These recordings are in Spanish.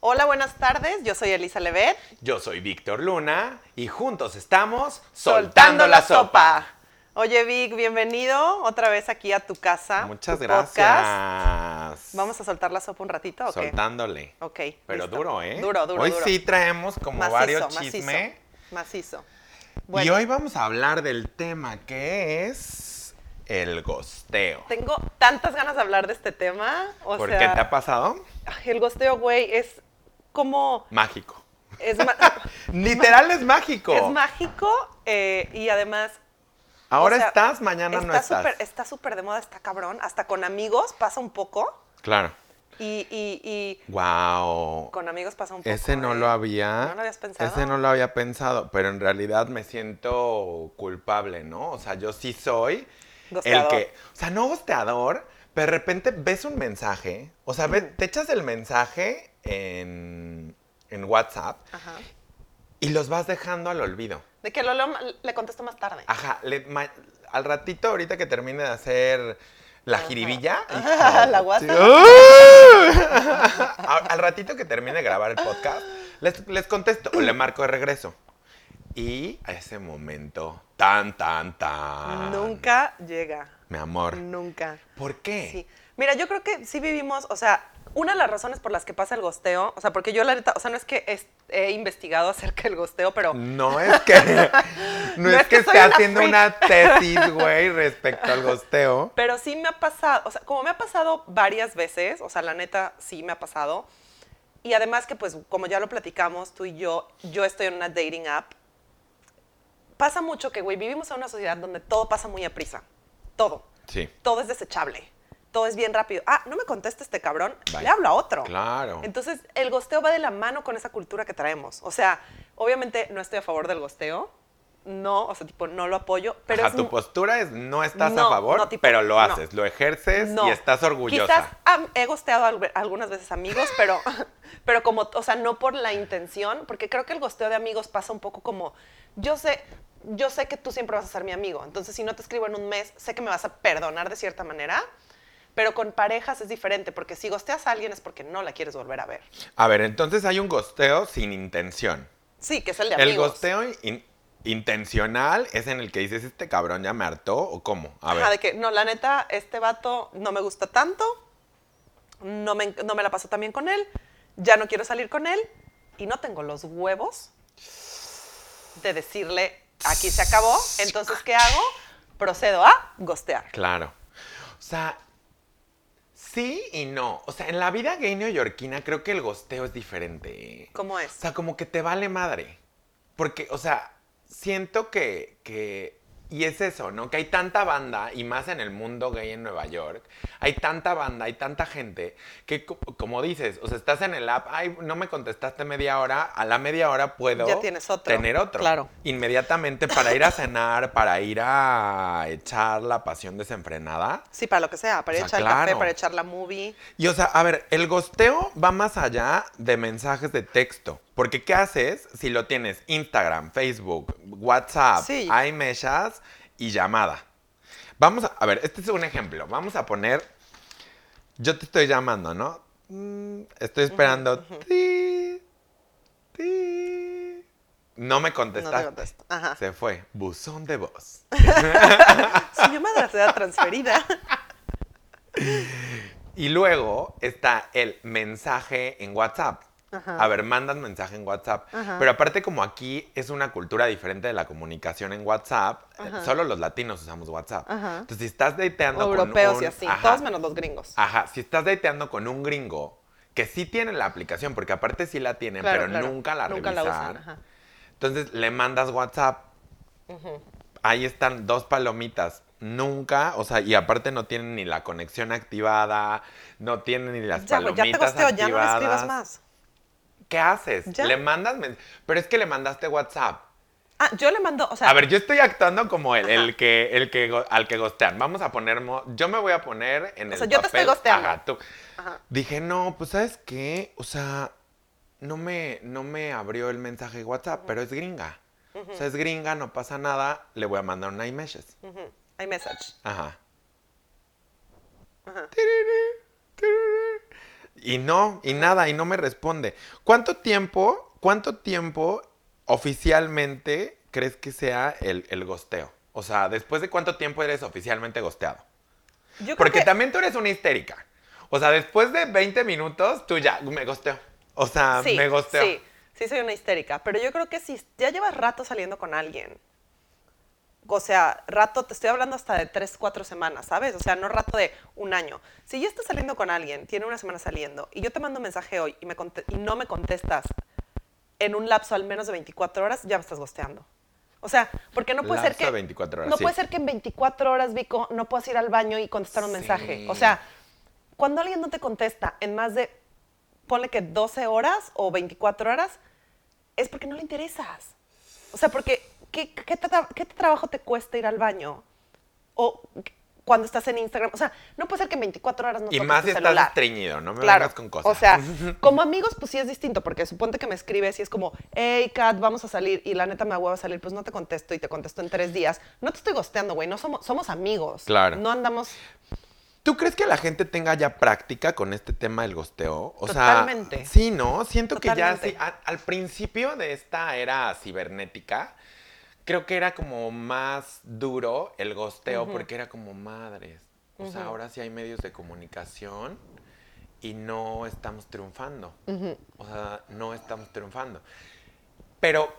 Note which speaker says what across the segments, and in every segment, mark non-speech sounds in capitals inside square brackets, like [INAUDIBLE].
Speaker 1: Hola, buenas tardes. Yo soy Elisa Levet.
Speaker 2: Yo soy Víctor Luna y juntos estamos soltando, la sopa.
Speaker 1: Oye, Vic, bienvenido otra vez aquí a tu casa.
Speaker 2: Muchas
Speaker 1: ¿Ah? tu
Speaker 2: gracias.
Speaker 1: podcast. Vamos a soltar la sopa un ratito, ¿o qué?
Speaker 2: Soltándole.
Speaker 1: Ok.
Speaker 2: Pero
Speaker 1: listo.
Speaker 2: duro, ¿eh?
Speaker 1: Duro, duro,
Speaker 2: Hoy
Speaker 1: duro.
Speaker 2: sí traemos como varios chisme.
Speaker 1: Macizo. macizo.
Speaker 2: Y
Speaker 1: Bueno,
Speaker 2: hoy vamos a hablar del tema que es el gosteo.
Speaker 1: tengo tantas ganas de hablar de este tema. O
Speaker 2: ¿Por
Speaker 1: sea,
Speaker 2: qué te ha pasado?
Speaker 1: ay, el gosteo, güey, es como...
Speaker 2: [LAUGHS] Mágico.
Speaker 1: Es, ma-
Speaker 2: Literal es mágico.
Speaker 1: es mágico eh, y además
Speaker 2: Ahora
Speaker 1: O sea,
Speaker 2: estás, mañana no
Speaker 1: está
Speaker 2: estás.
Speaker 1: súper- está súper de moda, está cabrón. Hasta con amigos pasa un poco.
Speaker 2: Claro.
Speaker 1: Y, y,
Speaker 2: Wow.
Speaker 1: y con amigos pasa un poco.
Speaker 2: Ese no
Speaker 1: ¿eh?
Speaker 2: lo había.
Speaker 1: ¿No lo habías pensado?
Speaker 2: Ese no lo había pensado, pero en realidad me siento culpable, ¿no? O sea, yo sí soy
Speaker 1: Gosteador.
Speaker 2: el que. O sea, no gosteador, pero de repente ves un mensaje. O sea, ve- te echas el mensaje en, en WhatsApp
Speaker 1: Ajá.
Speaker 2: y los vas dejando al olvido.
Speaker 1: De que lo leo, le contesto más tarde.
Speaker 2: Ajá, le- ma- al ratito, ahorita que termine de hacer la
Speaker 1: Ajá. [LAUGHS]
Speaker 2: jiribilla.
Speaker 1: Ajá,
Speaker 2: hijo,
Speaker 1: la
Speaker 2: sí,
Speaker 1: guasa.
Speaker 2: ¡ah! Al- al ratito que termine de grabar el podcast, les, les contesto o le marco de regreso. Y a ese momento, tan, tan, tan.
Speaker 1: Nunca llega.
Speaker 2: Mi amor.
Speaker 1: Nunca.
Speaker 2: ¿Por qué?
Speaker 1: Sí. Mira, yo creo que sí vivimos, o sea, una de las razones por las que pasa el gosteo, o sea, porque yo la neta, o sea, no es que es- he investigado [LAUGHS] acerca del gosteo, pero
Speaker 2: No es
Speaker 1: [LAUGHS]
Speaker 2: que. No, es, que,
Speaker 1: soy
Speaker 2: esté
Speaker 1: una
Speaker 2: haciendo
Speaker 1: freak.
Speaker 2: una tesis, güey, respecto al gosteo.
Speaker 1: Pero sí me ha pasado, o sea, como me ha pasado varias veces, o sea, la neta sí me ha pasado. Y además que pues como ya lo platicamos tú y yo, yo estoy en una dating app. Pasa mucho que, güey, vivimos en una sociedad donde todo pasa muy a prisa. Todo.
Speaker 2: Sí.
Speaker 1: Todo es desechable. Todo es bien rápido. Ah, no me contesta este cabrón,
Speaker 2: Bye.
Speaker 1: le hablo a otro.
Speaker 2: Claro.
Speaker 1: Entonces, el gosteo va de la mano con esa cultura que traemos. O sea, obviamente no estoy a favor del gosteo. No, o sea, tipo, no lo apoyo, pero
Speaker 2: Ajá,
Speaker 1: es
Speaker 2: tu
Speaker 1: mu-
Speaker 2: postura es no estás
Speaker 1: No,
Speaker 2: a favor,
Speaker 1: no, tipo,
Speaker 2: pero lo
Speaker 1: no.
Speaker 2: haces, lo ejerces y estás orgullosa.
Speaker 1: Quizás am, he gosteado al- algunas veces amigos, pero, [LAUGHS] pero como, o sea, no por la intención, porque creo que el gosteo de amigos pasa un poco como, yo sé, yo sé que tú siempre vas a ser mi amigo, entonces si no te escribo en un mes, sé que me vas a perdonar de cierta manera, pero con parejas es diferente, porque si gosteas a alguien es porque no la quieres volver a ver.
Speaker 2: A ver, entonces hay un gosteo sin intención.
Speaker 1: Sí, que es el de
Speaker 2: El
Speaker 1: amigos.
Speaker 2: gosteo in- intencional es en el que dices, este cabrón ya me hartó o cómo. A ver.
Speaker 1: Ajá, de que, no, la neta, este vato no me gusta tanto, no me, no me la paso tan bien con él, ya no quiero salir con él y no tengo los huevos de decirle, aquí se acabó, entonces, ¿qué hago? Procedo a gostear.
Speaker 2: Claro. O sea, sí y no. O sea, en la vida gay neoyorquina creo que el gosteo es diferente.
Speaker 1: ¿Cómo
Speaker 2: O
Speaker 1: es?
Speaker 2: sea, como que te vale madre. Porque, o sea, siento que, que- Y es eso, ¿no? Que hay tanta banda, y más en el mundo gay en Nueva York, hay tanta banda, hay tanta gente, que co- como dices, o sea, estás en el app, ay, no me contestaste media hora, a la media hora puedo...
Speaker 1: Ya tienes otro,
Speaker 2: Tener otro.
Speaker 1: claro.
Speaker 2: Inmediatamente
Speaker 1: [LAUGHS]
Speaker 2: para ir a cenar, para ir a echar la pasión desenfrenada.
Speaker 1: Sí, para lo que sea, para
Speaker 2: O sea,
Speaker 1: echar el café,
Speaker 2: Ah, claro.
Speaker 1: para echar la movie.
Speaker 2: Y o sea, a ver, el gosteo va más allá de mensajes de texto. Porque ¿qué haces si lo tienes Instagram, Facebook, WhatsApp,
Speaker 1: Sí.
Speaker 2: iMeshas y llamada? Vamos a, a ver, este es un ejemplo. Vamos a poner, yo te estoy llamando, ¿no? Mm, Estoy esperando. ti, ti. No me contestaste.
Speaker 1: contesto, ajá.
Speaker 2: Se fue. Buzón de voz.
Speaker 1: Si mi madre se da
Speaker 2: [LAUGHS]
Speaker 1: transferida.
Speaker 2: Y luego está el mensaje en WhatsApp.
Speaker 1: Ajá.
Speaker 2: A ver, mandan mensaje en WhatsApp.
Speaker 1: Ajá.
Speaker 2: Pero aparte, como aquí es una cultura diferente de la comunicación en WhatsApp, eh,
Speaker 1: Ajá.
Speaker 2: solo los latinos usamos WhatsApp.
Speaker 1: Ajá.
Speaker 2: Entonces, si estás dateando con
Speaker 1: Europeos
Speaker 2: un-
Speaker 1: y así,
Speaker 2: Ajá. Ah,
Speaker 1: todos menos los gringos.
Speaker 2: Ajá, si estás dateando con un gringo que sí tiene la aplicación, porque aparte sí la tienen,
Speaker 1: Claro,
Speaker 2: pero
Speaker 1: claro,
Speaker 2: nunca la
Speaker 1: nunca la
Speaker 2: revisan.
Speaker 1: usan. ajá.
Speaker 2: Entonces le mandas WhatsApp. Ahí están dos palomitas. Nunca, o sea, y aparte no tienen ni la conexión activada, no tienen ni las
Speaker 1: Ya, güey,
Speaker 2: palomitas
Speaker 1: ya te gosteo, ya no me
Speaker 2: activadas.
Speaker 1: escribas más.
Speaker 2: ¿Qué haces?
Speaker 1: Ya.
Speaker 2: Le mandas, men- pero es que le mandaste WhatsApp.
Speaker 1: Ah, yo le mando, o sea,
Speaker 2: A ver, yo estoy actuando como el,
Speaker 1: Ajá.
Speaker 2: el que, el que, go- al que gostean. Vamos a poner, mo- yo me voy a poner en
Speaker 1: O
Speaker 2: el
Speaker 1: sea, yo te estoy
Speaker 2: papel.
Speaker 1: gosteando.
Speaker 2: Ajá, tú.
Speaker 1: Ajá.
Speaker 2: Dije, no, pues, ¿sabes qué? O sea, no me, no me abrió el mensaje de WhatsApp, pero es gringa. O sea, es gringa, no pasa nada, le voy a mandar un iMessage.
Speaker 1: ujú, hay message.
Speaker 2: Ajá.
Speaker 1: Ajá.
Speaker 2: Tiriri, tiriri. Y no, y nada, y no me responde. ¿Cuánto tiempo, cuánto tiempo oficialmente crees que sea el, el gosteo? O sea, ¿después de cuánto tiempo eres oficialmente gosteado?
Speaker 1: Yo creo
Speaker 2: Porque
Speaker 1: que-
Speaker 2: también tú eres una histérica. O sea, después de 20 minutos, tú ya, me gosteo. O sea,
Speaker 1: sí,
Speaker 2: ah, me gosteo.
Speaker 1: Sí, sí soy una histérica. Pero yo creo que si ya llevas rato saliendo con alguien, o sea, rato, te estoy hablando hasta de tres, cuatro semanas, ¿sabes? O sea, no rato de un año. Si ya estás saliendo con alguien, tiene una semana saliendo, y yo te mando un mensaje hoy y, me conte- y no me contestas en un lapso al menos de 24 horas, ya me estás gosteando. O sea, porque no puede ser
Speaker 2: Lapso
Speaker 1: que...
Speaker 2: de 24 horas,
Speaker 1: no
Speaker 2: sí.
Speaker 1: puede ser que en 24 horas, Vico, no puedas ir al baño y contestar un
Speaker 2: Sí.
Speaker 1: mensaje. O sea, cuando alguien no te contesta en más de, ponle que 12 horas o 24 horas, es porque no le interesas. O sea, porque ¿qué, qué tra- qué trabajo te cuesta ir al baño? O cuando estás en Instagram. O sea, no puede ser que en 24 horas no
Speaker 2: Y
Speaker 1: toques
Speaker 2: más
Speaker 1: tu
Speaker 2: si estás
Speaker 1: celular.
Speaker 2: estreñido, no me vengas con cosas.
Speaker 1: O
Speaker 2: [LAUGHS]
Speaker 1: sea, como amigos, pues sí es distinto, porque suponte que me escribes y es como, hey, Kat, vamos a salir, y la neta me voy a salir, pues no te contesto y te contesto en tres días. No te estoy gosteando, güey, no somos, somos amigos.
Speaker 2: Claro.
Speaker 1: No andamos
Speaker 2: ¿Tú crees que la gente tenga ya práctica con este tema del gosteo? O
Speaker 1: Totalmente.
Speaker 2: sea, sí, ¿no? Siento
Speaker 1: Totalmente.
Speaker 2: que ya sí, a- al principio de esta era cibernética, creo que era como más duro el gosteo porque era como madres. O sea, ahora sí hay medios de comunicación y no estamos triunfando. O sea, no estamos triunfando. Pero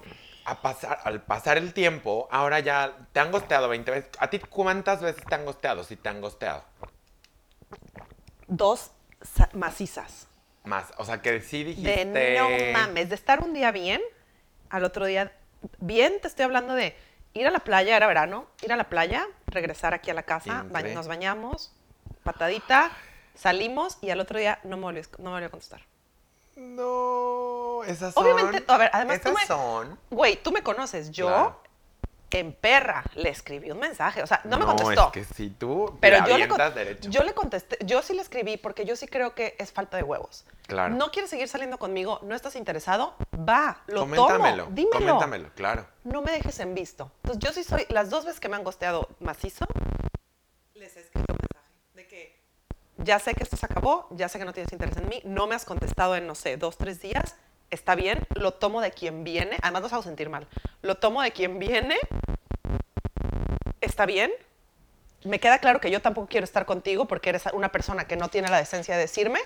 Speaker 2: a pasar, al pasar el tiempo, ahora ya te han gosteado 20 veces. ¿A ti cuántas veces te han gosteado? Si te han gosteado.
Speaker 1: dos sa- macizas.
Speaker 2: Más, o sea, que sí
Speaker 1: De
Speaker 2: dijiste...
Speaker 1: no mames, de estar un día bien, al otro día bien, te estoy hablando de ir a la playa, era verano, ir a la playa, regresar aquí a la casa, ba-
Speaker 2: Increíble.
Speaker 1: nos bañamos, patadita, salimos y al otro día no me volvió, no me volvió a contestar.
Speaker 2: No, esas son...
Speaker 1: Obviamente, a ver, además tú
Speaker 2: Esas
Speaker 1: me-
Speaker 2: son...
Speaker 1: Güey, tú me conoces, yo
Speaker 2: Claro.
Speaker 1: en perra le escribí un mensaje, o sea, no me
Speaker 2: es
Speaker 1: contestó.
Speaker 2: que si tú
Speaker 1: Pero
Speaker 2: te
Speaker 1: yo le, con-
Speaker 2: avientas derecho.
Speaker 1: yo le contesté, yo sí le escribí porque yo sí creo que es falta de huevos.
Speaker 2: Claro.
Speaker 1: No quieres seguir saliendo conmigo, no estás interesado, va, lo
Speaker 2: coméntamelo,
Speaker 1: tomo, dímelo.
Speaker 2: coméntamelo, claro.
Speaker 1: No me dejes en visto. Entonces yo sí soy, las dos veces que me han gosteado macizo, les he escrito un mensaje de que ya sé que esto se acabó, ya sé que no tienes interés en mí, no me has contestado en, no sé, dos, tres días, está bien, lo tomo de quien viene, además los hago sentir mal, lo tomo de quien viene, está bien, me queda claro que yo tampoco quiero estar contigo porque eres una persona que no tiene la decencia de decirme,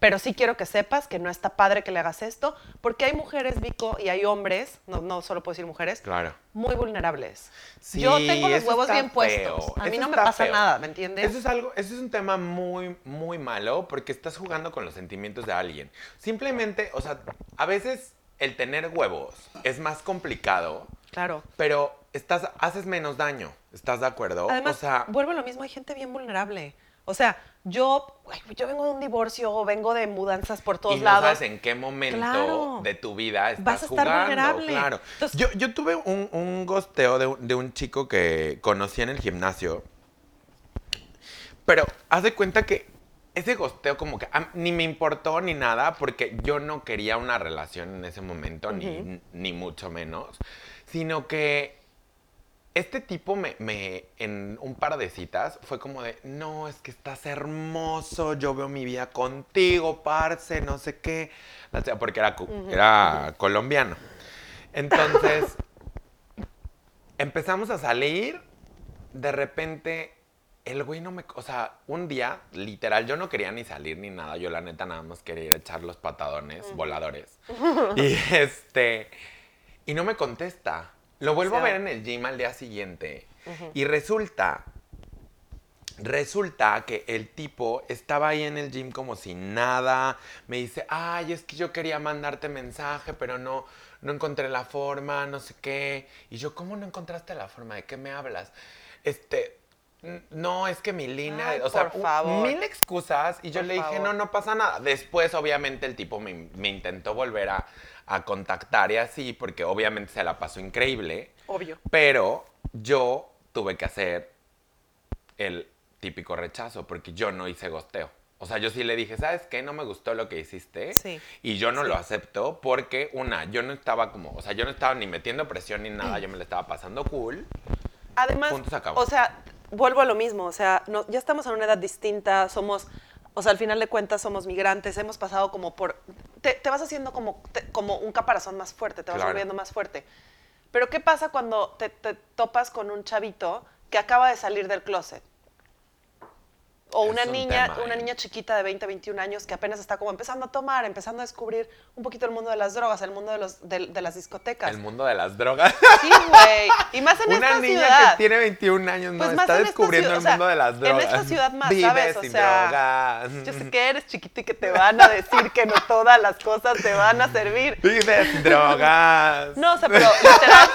Speaker 1: pero sí quiero que sepas que no está padre que le hagas esto, porque hay mujeres, Vico, y hay hombres, no, no solo puedo decir mujeres,
Speaker 2: Claro.
Speaker 1: muy vulnerables.
Speaker 2: Sí,
Speaker 1: Yo tengo los
Speaker 2: eso
Speaker 1: huevos
Speaker 2: está
Speaker 1: bien
Speaker 2: feo,
Speaker 1: puestos. A mí
Speaker 2: eso
Speaker 1: no me
Speaker 2: está
Speaker 1: pasa
Speaker 2: feo.
Speaker 1: nada, ¿me entiendes?
Speaker 2: Eso es algo, eso es un tema muy, muy malo porque estás jugando con los sentimientos de alguien. Simplemente, o sea, a veces el tener huevos es más complicado,
Speaker 1: Claro.
Speaker 2: pero estás, haces menos daño. ¿Estás de acuerdo?
Speaker 1: Además,
Speaker 2: o sea,
Speaker 1: vuelvo a lo mismo, hay gente bien vulnerable. O sea, yo, ay, yo vengo de un divorcio, vengo de mudanzas por todos
Speaker 2: y no
Speaker 1: lados.
Speaker 2: sabes en qué momento
Speaker 1: Claro.
Speaker 2: de tu vida estás
Speaker 1: Vas a estar
Speaker 2: jugando,
Speaker 1: vulnerable.
Speaker 2: Claro.
Speaker 1: Entonces-
Speaker 2: yo, yo tuve un, un gosteo de un, de un chico que conocí en el gimnasio. Pero haz de cuenta que ese gosteo como que a- ni me importó ni nada porque yo no quería una relación en ese momento, ni, ni mucho menos. Sino que este tipo me, me- en un par de citas fue como de, no, es que estás hermoso, yo veo mi vida contigo, parce, no sé qué. O sea, porque era, cu- era colombiano. Entonces, empezamos a salir, de repente, el güey no me... O sea, un día, literal, yo no quería ni salir ni nada, yo la neta nada más quería ir a echar los patadones, voladores. y este... Y no me contesta. Lo vuelvo
Speaker 1: O sea-
Speaker 2: a ver en el gym al día siguiente. Y resulta, resulta que el tipo estaba ahí en el gym como sin nada. Me dice, ay, es que yo quería mandarte mensaje, pero no, no encontré la forma, no sé qué. Y yo, ¿cómo no encontraste la forma? ¿De qué me hablas? Este, n- no, es que mi línea,
Speaker 1: Ay,
Speaker 2: o sea,
Speaker 1: por
Speaker 2: u-
Speaker 1: favor.
Speaker 2: mil excusas. Y yo
Speaker 1: Por
Speaker 2: le dije,
Speaker 1: favor.
Speaker 2: no, no pasa nada. Después, obviamente, el tipo me, me intentó volver a, a contactar y así, porque obviamente se la pasó increíble.
Speaker 1: Obvio.
Speaker 2: Pero yo tuve que hacer el típico rechazo porque yo no hice gosteo. O sea, yo sí le dije, ¿sabes qué? No me gustó lo que hiciste.
Speaker 1: Sí.
Speaker 2: Y yo no
Speaker 1: Sí.
Speaker 2: lo acepto porque, una, yo no estaba como, o sea, yo no estaba ni metiendo presión ni nada, yo me la estaba pasando cool.
Speaker 1: Además,
Speaker 2: Punto, se acabó.
Speaker 1: o sea, vuelvo a lo mismo, o sea, no- ya estamos en una edad distinta, somos O sea, al final de cuentas somos migrantes, hemos pasado como por... Te, te vas haciendo como, te- como un caparazón más fuerte, te vas
Speaker 2: Claro.
Speaker 1: volviendo más fuerte. Pero ¿qué pasa cuando te, te topas con un chavito que acaba de salir del closet? O
Speaker 2: Es
Speaker 1: una
Speaker 2: un
Speaker 1: niña,
Speaker 2: tema,
Speaker 1: una
Speaker 2: ¿eh?
Speaker 1: niña chiquita de 20, 21 años que apenas está como empezando a tomar, empezando a descubrir un poquito el mundo de las drogas, el mundo de, los, de, de las discotecas.
Speaker 2: El mundo de las drogas.
Speaker 1: Sí, güey. Y más [LAUGHS] en
Speaker 2: [LAUGHS] Una
Speaker 1: esta
Speaker 2: niña
Speaker 1: ciudad.
Speaker 2: que tiene 21 años no
Speaker 1: Pues más
Speaker 2: está
Speaker 1: en esta ciudad, o
Speaker 2: descubriendo el
Speaker 1: sea,
Speaker 2: mundo de las
Speaker 1: en
Speaker 2: drogas.
Speaker 1: esta ciudad más,
Speaker 2: Vive
Speaker 1: ¿sabes? O
Speaker 2: sin
Speaker 1: sea,
Speaker 2: drogas.
Speaker 1: Yo sé que eres chiquito y que te van a decir que no todas las cosas te van a servir.
Speaker 2: [LAUGHS] Vive sin drogas.
Speaker 1: No, o sea, pero literal,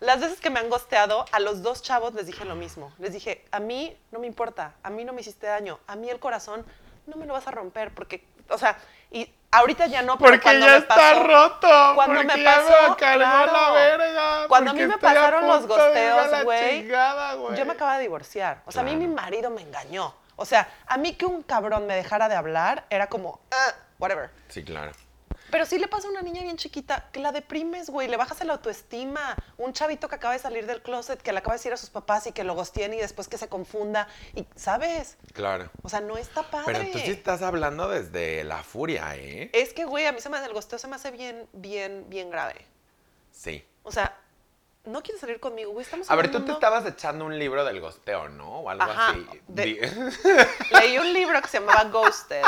Speaker 1: las veces que me han gosteado, a los dos chavos les dije lo mismo. Les dije, a mí no me importa, a mí no me hiciste daño, a mí el corazón no me lo vas a romper, porque, o sea, y ahorita ya no, pero
Speaker 2: Porque
Speaker 1: cuando
Speaker 2: ya
Speaker 1: me
Speaker 2: está
Speaker 1: pasó-
Speaker 2: roto.
Speaker 1: cuando
Speaker 2: porque
Speaker 1: me
Speaker 2: ya me
Speaker 1: pasó,
Speaker 2: va a cargar
Speaker 1: claro.
Speaker 2: la verga.
Speaker 1: Cuando a
Speaker 2: porque
Speaker 1: mí me
Speaker 2: estoy
Speaker 1: pasaron los
Speaker 2: punto de irme a
Speaker 1: gosteos,
Speaker 2: la
Speaker 1: güey,
Speaker 2: chingada, güey.
Speaker 1: Yo me acababa de divorciar. O sea, a mí
Speaker 2: Claro.
Speaker 1: mi marido me engañó. O sea, a mí que un cabrón me dejara de hablar era como, "Ah, whatever.
Speaker 2: Sí, claro.
Speaker 1: Pero sí le pasa a una niña bien chiquita que la deprimes, güey, le bajas la autoestima. Un chavito que acaba de salir del closet, que le acaba de decir a sus papás y que lo gostiene y después que se confunda. Y, ¿sabes?
Speaker 2: Claro.
Speaker 1: O sea, no está padre.
Speaker 2: Pero tú sí estás hablando desde la furia, ¿eh?
Speaker 1: Es que, güey, a mí se me hace, el gosteo se me hace bien, bien, bien grave.
Speaker 2: Sí.
Speaker 1: O sea, no quieres salir conmigo, güey, estamos en
Speaker 2: A ver,
Speaker 1: un
Speaker 2: tú te
Speaker 1: mundo-
Speaker 2: estabas echando un libro del gosteo, ¿no? O algo
Speaker 1: pues, Ajá,
Speaker 2: así.
Speaker 1: de-
Speaker 2: Di- [LAUGHS]
Speaker 1: Leí un libro que se llamaba Ghosted.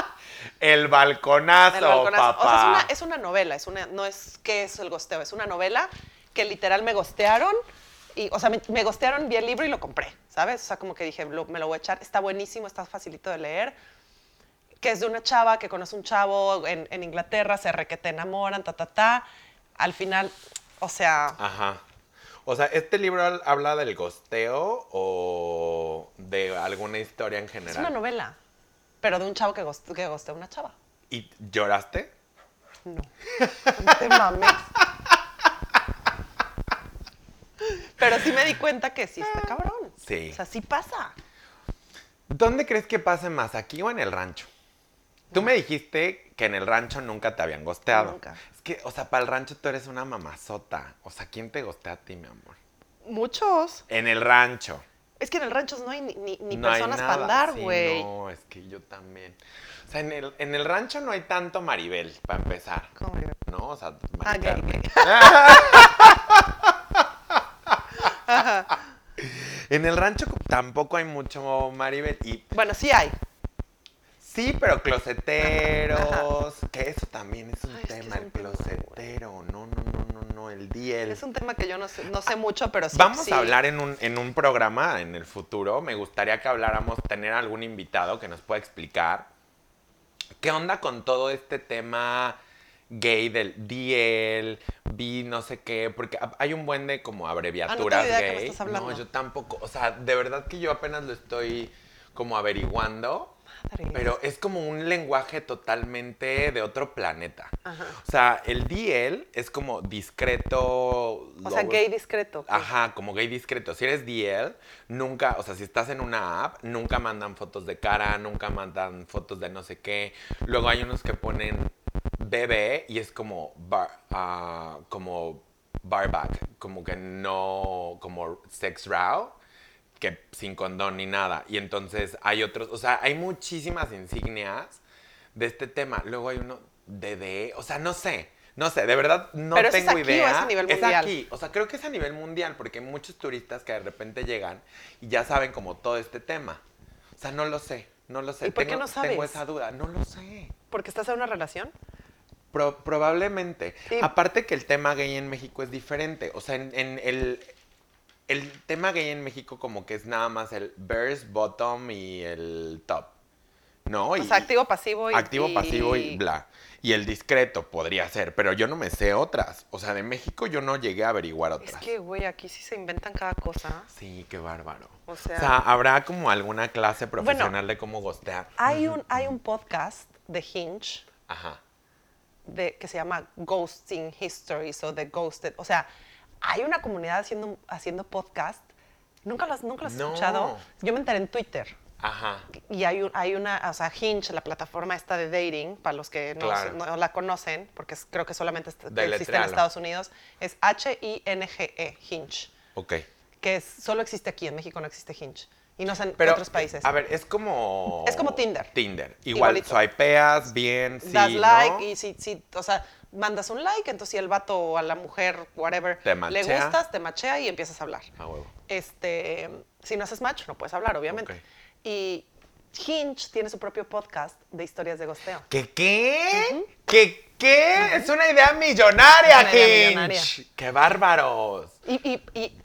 Speaker 2: El balconazo,
Speaker 1: El balconazo. O
Speaker 2: papá.
Speaker 1: sea, es una, es una novela, es una, no es que es el gosteo, es una novela que literal me gostearon. Y, o sea, me, me gostearon, vi el libro y lo compré, ¿sabes? O sea, como que dije, lo- me lo voy a echar, está buenísimo, está facilito de leer. Que es de una chava que conoce un chavo en, en Inglaterra, se re que te enamoran, ta, ta, ta. Al final, o sea,
Speaker 2: Ajá. O sea, ¿este libro hal- habla del gosteo o de alguna historia en general?
Speaker 1: es una novela, pero de un chavo que, goste- que gostea a una chava.
Speaker 2: ¿Y lloraste?
Speaker 1: No. No te mames. Pero sí me di cuenta que sí está cabrón.
Speaker 2: Sí.
Speaker 1: O sea, sí pasa.
Speaker 2: ¿Dónde crees que pase más, aquí o en el rancho? Tú me dijiste que en el rancho nunca te habían gosteado.
Speaker 1: Nunca.
Speaker 2: Es que, o sea, para el rancho tú eres una mamazota. O sea, ¿quién te gostea a ti, mi amor?
Speaker 1: Muchos.
Speaker 2: En el rancho.
Speaker 1: Es que en el rancho no hay ni, ni- ni
Speaker 2: No hay
Speaker 1: personas
Speaker 2: nada.
Speaker 1: para andar,
Speaker 2: Sí,
Speaker 1: güey.
Speaker 2: no, es que yo también. O sea, en el, en el rancho no hay tanto Maribel, para empezar.
Speaker 1: ¿Cómo que?
Speaker 2: ¿No? O sea,
Speaker 1: Ah,
Speaker 2: Mari
Speaker 1: gay,
Speaker 2: Carmen.
Speaker 1: gay.
Speaker 2: [LAUGHS] En el rancho tampoco hay mucho Maribel. Y
Speaker 1: Bueno, sí hay.
Speaker 2: sí,
Speaker 1: [LAUGHS]
Speaker 2: pero closeteros. Que eso también es un
Speaker 1: Ay, es que
Speaker 2: tema,
Speaker 1: es un
Speaker 2: el
Speaker 1: tema, güey.
Speaker 2: closetero. No, no, no, no, no, el diel.
Speaker 1: Es un tema que yo no sé, no sé mucho, pero sí.
Speaker 2: Vamos
Speaker 1: sí.
Speaker 2: a hablar en un, en un programa en el futuro. Me gustaría que habláramos, tener algún invitado que nos pueda explicar qué onda con todo este tema gay del DL, bi, no sé qué, porque a- hay un buen de como abreviaturas
Speaker 1: Ah, idea de qué me
Speaker 2: gay.
Speaker 1: estás hablando.
Speaker 2: No, yo tampoco. O sea, de verdad que yo apenas lo estoy como averiguando.
Speaker 1: Madres.
Speaker 2: Pero es como un lenguaje totalmente de otro planeta.
Speaker 1: Ajá.
Speaker 2: O sea, el DL es como discreto.
Speaker 1: O sea, gay discreto. pues,
Speaker 2: Ajá, como gay discreto. Si eres DL, nunca, o sea, si estás en una app, nunca mandan fotos de cara, nunca mandan fotos de no sé qué. Luego hay unos que ponen bebé y es como bar, ah, como barback, como que no, como sex row, que sin condón ni nada. Y entonces hay otros, o sea, hay muchísimas insignias de este tema. Luego hay uno DD, o sea, no sé. No sé, de verdad no
Speaker 1: Pero ¿eso es
Speaker 2: tengo
Speaker 1: aquí o
Speaker 2: idea.
Speaker 1: es a nivel mundial?
Speaker 2: aquí, o sea, creo que es a nivel mundial, porque hay muchos turistas que de repente llegan y ya saben como todo este tema. O sea, no lo sé, no lo sé.
Speaker 1: ¿Y por qué
Speaker 2: Tengo-
Speaker 1: no sabes?
Speaker 2: Tengo esa duda, no lo sé.
Speaker 1: Porque estás en una relación.
Speaker 2: Pro- probablemente.
Speaker 1: Sí.
Speaker 2: Aparte que el tema gay en México es diferente. O sea, en, en el, el tema gay en México como que es nada más el verse, bottom y el top. ¿No?
Speaker 1: O
Speaker 2: y,
Speaker 1: sea, activo, pasivo y.
Speaker 2: activo, pasivo y bla. Y el discreto podría ser, pero yo no me sé otras. O sea, de México yo no llegué a averiguar
Speaker 1: Es
Speaker 2: otras.
Speaker 1: que, güey, aquí sí se inventan cada cosa.
Speaker 2: Sí, qué bárbaro.
Speaker 1: O sea-
Speaker 2: o sea, habrá como alguna clase
Speaker 1: Bueno.
Speaker 2: profesional de cómo gostear.
Speaker 1: Hay un, hay un podcast de Hinge
Speaker 2: Ajá.
Speaker 1: de, que se llama Ghosting Histories o The Ghosted. O sea, hay una comunidad haciendo, haciendo podcast. ¿Nunca las nunca lo has
Speaker 2: No.
Speaker 1: escuchado? Yo me enteré en Twitter.
Speaker 2: Ajá.
Speaker 1: Y hay, un- hay una, o sea, Hinge, la plataforma esta de dating, para los que no,
Speaker 2: Claro.
Speaker 1: no la conocen, porque es- creo que solamente est- que existe en
Speaker 2: Deletréalo.
Speaker 1: Estados Unidos, es E, H-I-N-G-E, Hinge,
Speaker 2: Ok.
Speaker 1: que es- solo existe aquí, en México no existe Hinge. y no sé en
Speaker 2: Pero,
Speaker 1: otros países.
Speaker 2: A ver, es como.
Speaker 1: Es como Tinder.
Speaker 2: Tinder. Igual
Speaker 1: Igualito.
Speaker 2: swipeas bien, sí.
Speaker 1: das like
Speaker 2: ¿no?
Speaker 1: y si, si, o sea, mandas un like, entonces si el vato o a la mujer, whatever,
Speaker 2: Te
Speaker 1: le
Speaker 2: machea.
Speaker 1: gustas, te machea y empiezas a hablar.
Speaker 2: A Ah, huevo.
Speaker 1: Este, si no haces match, no puedes hablar, obviamente.
Speaker 2: Ok.
Speaker 1: Y Hinge tiene su propio podcast de historias de gosteo.
Speaker 2: ¿Qué qué? ¿Qué qué? Es una idea millonaria,
Speaker 1: Es una idea
Speaker 2: Hinge.
Speaker 1: millonaria.
Speaker 2: ¡Qué bárbaros!
Speaker 1: Y, y, y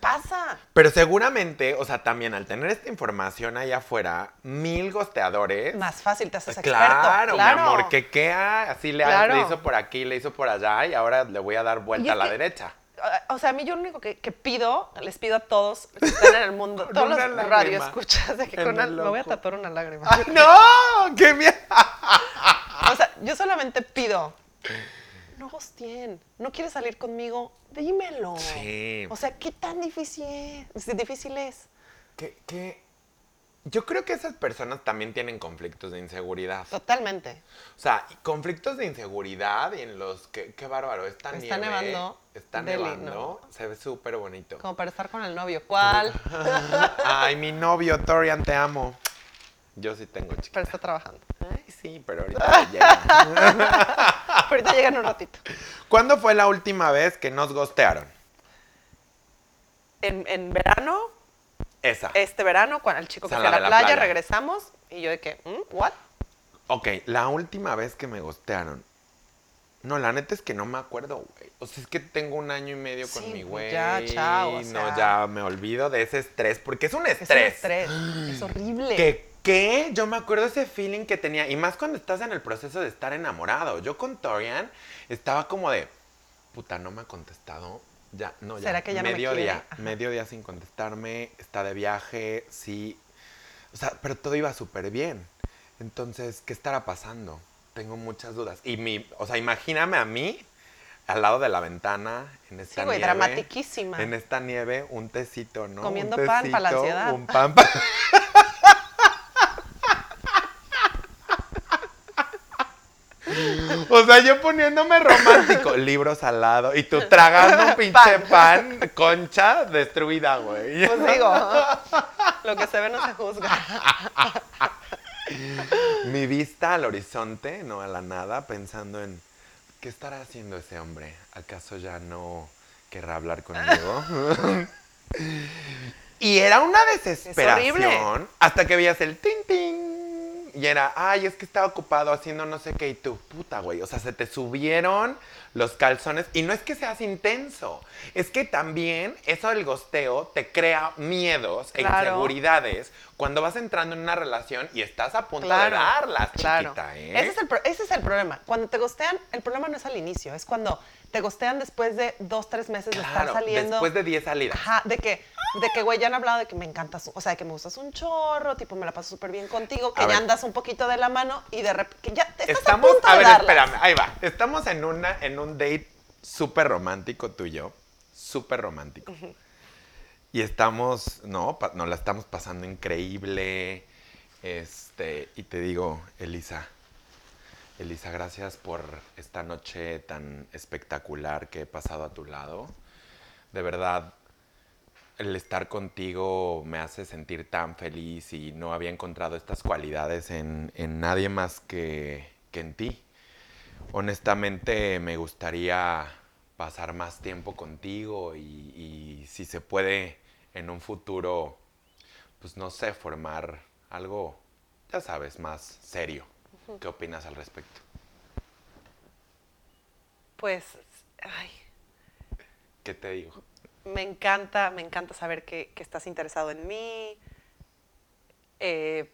Speaker 1: pasa.
Speaker 2: Pero seguramente, o sea, también al tener esta información allá afuera, mil gosteadores.
Speaker 1: Más fácil te haces experto.
Speaker 2: Claro, mi amor, que qué ah, así le,
Speaker 1: Claro.
Speaker 2: le hizo por aquí, le hizo por allá y ahora le voy a dar
Speaker 1: Y
Speaker 2: vuelta
Speaker 1: es
Speaker 2: a la
Speaker 1: que-
Speaker 2: derecha.
Speaker 1: O sea, a mí yo lo único que, que pido, les pido a todos que están en el mundo,
Speaker 2: [LAUGHS] Con
Speaker 1: todos
Speaker 2: una
Speaker 1: los
Speaker 2: lágrima
Speaker 1: radio escuchas, de que
Speaker 2: en
Speaker 1: con una-
Speaker 2: el
Speaker 1: me voy a
Speaker 2: ojo.
Speaker 1: tatuar una lágrima.
Speaker 2: ¡Ay, [LAUGHS] no! ¡Qué mierda!
Speaker 1: O sea, yo solamente pido. No hostien, no quieres salir conmigo, dímelo.
Speaker 2: Sí.
Speaker 1: O sea, ¿qué tan difícil es? Sí, Difícil es.
Speaker 2: ¿Qué, qué? Yo creo que esas personas también tienen conflictos de inseguridad.
Speaker 1: Totalmente.
Speaker 2: O sea, conflictos de inseguridad en los que, qué bárbaro, está,
Speaker 1: Está
Speaker 2: nieve,
Speaker 1: nevando.
Speaker 2: Está
Speaker 1: Delhi,
Speaker 2: nevando, se ve súper bonito.
Speaker 1: Como para estar con el novio. ¿Cuál?
Speaker 2: [LAUGHS] Ay, mi novio, Torian, te amo. Yo sí tengo, chica.
Speaker 1: Pero está trabajando.
Speaker 2: Ay, sí, pero ahorita me llega.
Speaker 1: Ahorita llegan un ratito.
Speaker 2: ¿Cuándo fue la última vez que nos gostearon?
Speaker 1: En, en verano,
Speaker 2: Esa.
Speaker 1: este verano, cuando el chico que
Speaker 2: O sea,
Speaker 1: fue a
Speaker 2: la
Speaker 1: la,
Speaker 2: de la
Speaker 1: playa,
Speaker 2: playa.
Speaker 1: regresamos y yo de que, ¿Mm? ¿what?
Speaker 2: Ok, la última vez que me gostearon. No, la neta es que no me acuerdo, güey. O sea, es que tengo un año y medio con
Speaker 1: Sí,
Speaker 2: mi
Speaker 1: pues
Speaker 2: güey.
Speaker 1: ya, chao, o sea.
Speaker 2: no, ya me olvido de ese estrés, porque es un
Speaker 1: Es
Speaker 2: estrés.
Speaker 1: un estrés. Es horrible.
Speaker 2: ¿Qué? ¿Qué? Yo me acuerdo ese feeling que tenía. Y más cuando estás en el proceso de estar enamorado. Yo con Torian estaba como de, puta, no me ha contestado. Ya, no, ya.
Speaker 1: ¿Será que ya no me
Speaker 2: mediodía,
Speaker 1: quiere? Ajá.
Speaker 2: mediodía sin contestarme, está de viaje, sí. O sea, pero todo iba súper bien. Entonces, ¿qué estará pasando? Tengo muchas dudas. Y mi, o sea, imagíname a mí al lado de la ventana, en esta
Speaker 1: güey,
Speaker 2: nieve.
Speaker 1: dramatiquísima.
Speaker 2: ¿eh? En esta nieve, un tecito, ¿no? Un
Speaker 1: Comiendo pan para la
Speaker 2: tecito,
Speaker 1: ansiedad.
Speaker 2: Un pan para... [LAUGHS] O sea, yo poniéndome romántico, libros al lado, y tú tragando
Speaker 1: [LAUGHS]
Speaker 2: un pinche pan, concha destruida, güey.
Speaker 1: Pues
Speaker 2: [LAUGHS]
Speaker 1: digo, lo que se ve no se juzga.
Speaker 2: [LAUGHS] Mi vista al horizonte, no a la nada, pensando en ¿qué estará haciendo ese hombre? ¿Acaso ya no querrá hablar conmigo? [LAUGHS] y era una desesperación hasta que veías el tin tin. Y era, ay, es que estaba ocupado haciendo no sé qué y tú, puta, güey. O sea, se te subieron los calzones. Y no es que seas intenso, es que también eso del gosteo te crea miedos e
Speaker 1: Claro.
Speaker 2: inseguridades cuando vas entrando en una relación y estás a punto de darlas, chiquita, ¿eh?
Speaker 1: Ese es, el pro- ese es el problema. Cuando te gostean, el problema no es al inicio, es cuando te gostean después de dos, tres meses de estar
Speaker 2: Claro,
Speaker 1: saliendo.
Speaker 2: Después de 10 salidas.
Speaker 1: Ajá, de que, de que, güey, ya han hablado de que me encantas, o sea, de que me gustas un chorro, tipo, me la paso súper bien contigo, que
Speaker 2: A
Speaker 1: ya
Speaker 2: ver.
Speaker 1: andas un poquito de la mano y de repente, que ya te estás
Speaker 2: Estamos,
Speaker 1: a punto
Speaker 2: a
Speaker 1: de
Speaker 2: ver,
Speaker 1: darlas.
Speaker 2: espérame, ahí va. Estamos en, una, en un date súper romántico tú y yo, súper romántico. Y estamos, no, pa- nos la estamos pasando increíble. Este, y te digo, Elisa, Elisa, gracias por esta noche tan espectacular que he pasado a tu lado. De verdad, el estar contigo me hace sentir tan feliz y no había encontrado estas cualidades en, en nadie más que, que en ti. Honestamente, me gustaría pasar más tiempo contigo y, y si se puede en un futuro, pues no sé, formar algo, ya sabes, más serio. ¿Qué opinas al respecto?
Speaker 1: Pues, ay,
Speaker 2: ¿Qué te digo?
Speaker 1: me encanta, me encanta saber que, que estás interesado en mí. Eh,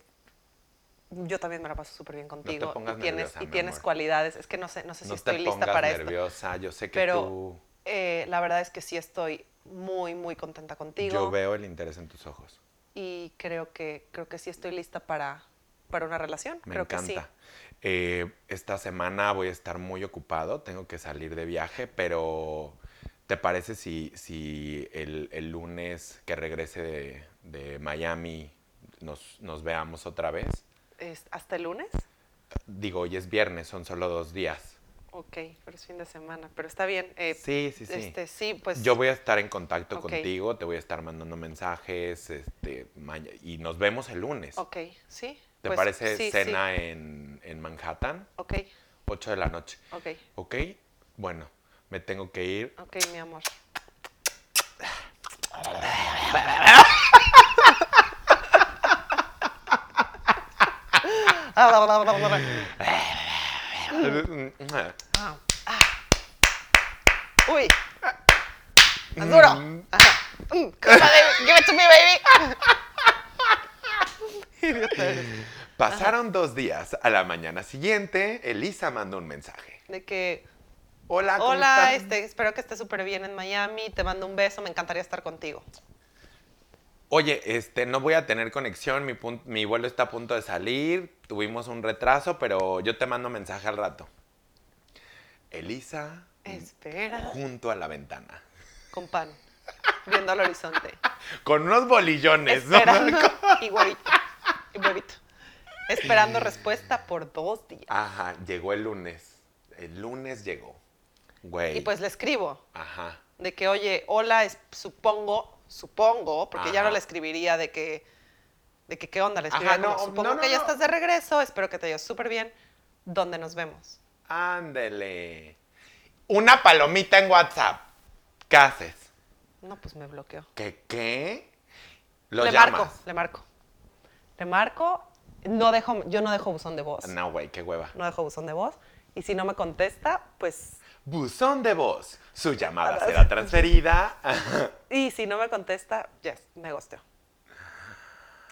Speaker 1: yo también me la paso súper bien contigo.
Speaker 2: pongas
Speaker 1: y tienes,
Speaker 2: nerviosa,
Speaker 1: y
Speaker 2: mi
Speaker 1: tienes
Speaker 2: amor.
Speaker 1: cualidades. Es que no sé, no sé si
Speaker 2: no
Speaker 1: estoy
Speaker 2: te
Speaker 1: lista
Speaker 2: pongas
Speaker 1: para esto.
Speaker 2: nerviosa, yo sé que
Speaker 1: Pero
Speaker 2: tú...
Speaker 1: eh, la verdad es que sí estoy muy, muy contenta contigo.
Speaker 2: Yo veo el interés en tus ojos.
Speaker 1: Y creo que, creo que sí estoy lista para, para una relación.
Speaker 2: Me
Speaker 1: creo
Speaker 2: encanta.
Speaker 1: que sí.
Speaker 2: Eh, esta semana voy a estar muy ocupado, tengo que salir de viaje, pero ¿te parece si, si el, el lunes que regrese de, de Miami nos, nos veamos otra vez?
Speaker 1: Es- ¿Hasta el lunes?
Speaker 2: Digo, hoy es viernes, son solo dos días.
Speaker 1: Ok, pero es fin de semana, pero está bien. eh,
Speaker 2: Sí, sí, sí.
Speaker 1: Este, sí, pues
Speaker 2: Yo voy a estar en contacto
Speaker 1: Ok.
Speaker 2: contigo, te voy a estar mandando mensajes, este, ma- y nos vemos el lunes.
Speaker 1: Ok, sí.
Speaker 2: ¿Te
Speaker 1: pues,
Speaker 2: parece
Speaker 1: sí, sí,
Speaker 2: cena En, en Manhattan?
Speaker 1: Ok,
Speaker 2: 8 de la noche.
Speaker 1: ok,
Speaker 2: ¿Ok? Bueno, me tengo que ir.
Speaker 1: ok, mi amor. [LAUGHS] Uy. Más Ah, duro. Ajá. Mm, come on, baby. Give it to me, baby. Idiota eres.
Speaker 2: [LAUGHS] Pasaron dos días. A la mañana siguiente, Elisa mandó un mensaje.
Speaker 1: De que,
Speaker 2: Hola, ¿cómo
Speaker 1: hola,
Speaker 2: estás?
Speaker 1: este, espero que estés súper bien en Miami. Te mando un beso. Me encantaría estar contigo.
Speaker 2: Oye, este, no voy a tener conexión, mi, pun- mi vuelo está a punto de salir, tuvimos un retraso, pero yo te mando mensaje al rato. Elisa,
Speaker 1: Mm. Espera.
Speaker 2: junto a la ventana,
Speaker 1: Con pan. Viendo al horizonte.
Speaker 2: con unos bolillones,
Speaker 1: [LAUGHS]
Speaker 2: ¿no?
Speaker 1: Esperando.
Speaker 2: [LAUGHS]
Speaker 1: Y huevito. Y huevito. Esperando respuesta por dos días.
Speaker 2: Ajá, llegó el lunes, el lunes llegó, güey.
Speaker 1: Y pues le escribo.
Speaker 2: Ajá,
Speaker 1: de que, oye, hola, es- supongo, supongo, porque ya no
Speaker 2: Ajá.
Speaker 1: le escribiría de que, de que, ¿qué onda? Le
Speaker 2: Ajá,
Speaker 1: escribiría como,
Speaker 2: no,
Speaker 1: supongo
Speaker 2: no, no,
Speaker 1: que ya
Speaker 2: no.
Speaker 1: estás de regreso, espero que te vayas súper bien, ¿dónde nos vemos?
Speaker 2: ándele. Una palomita en WhatsApp, ¿qué haces?
Speaker 1: No, pues me bloqueó.
Speaker 2: ¿Qué qué? Lo
Speaker 1: le
Speaker 2: llamas.
Speaker 1: marco, le marco. Le marco, no dejo, yo no dejo buzón de voz, no.
Speaker 2: No, güey, qué hueva.
Speaker 1: dejo buzón de voz, y si no me contesta, pues,
Speaker 2: Buzón de voz. Su llamada
Speaker 1: Ah, [LAUGHS]
Speaker 2: será transferida.
Speaker 1: y si no me contesta, yes, me gosteo.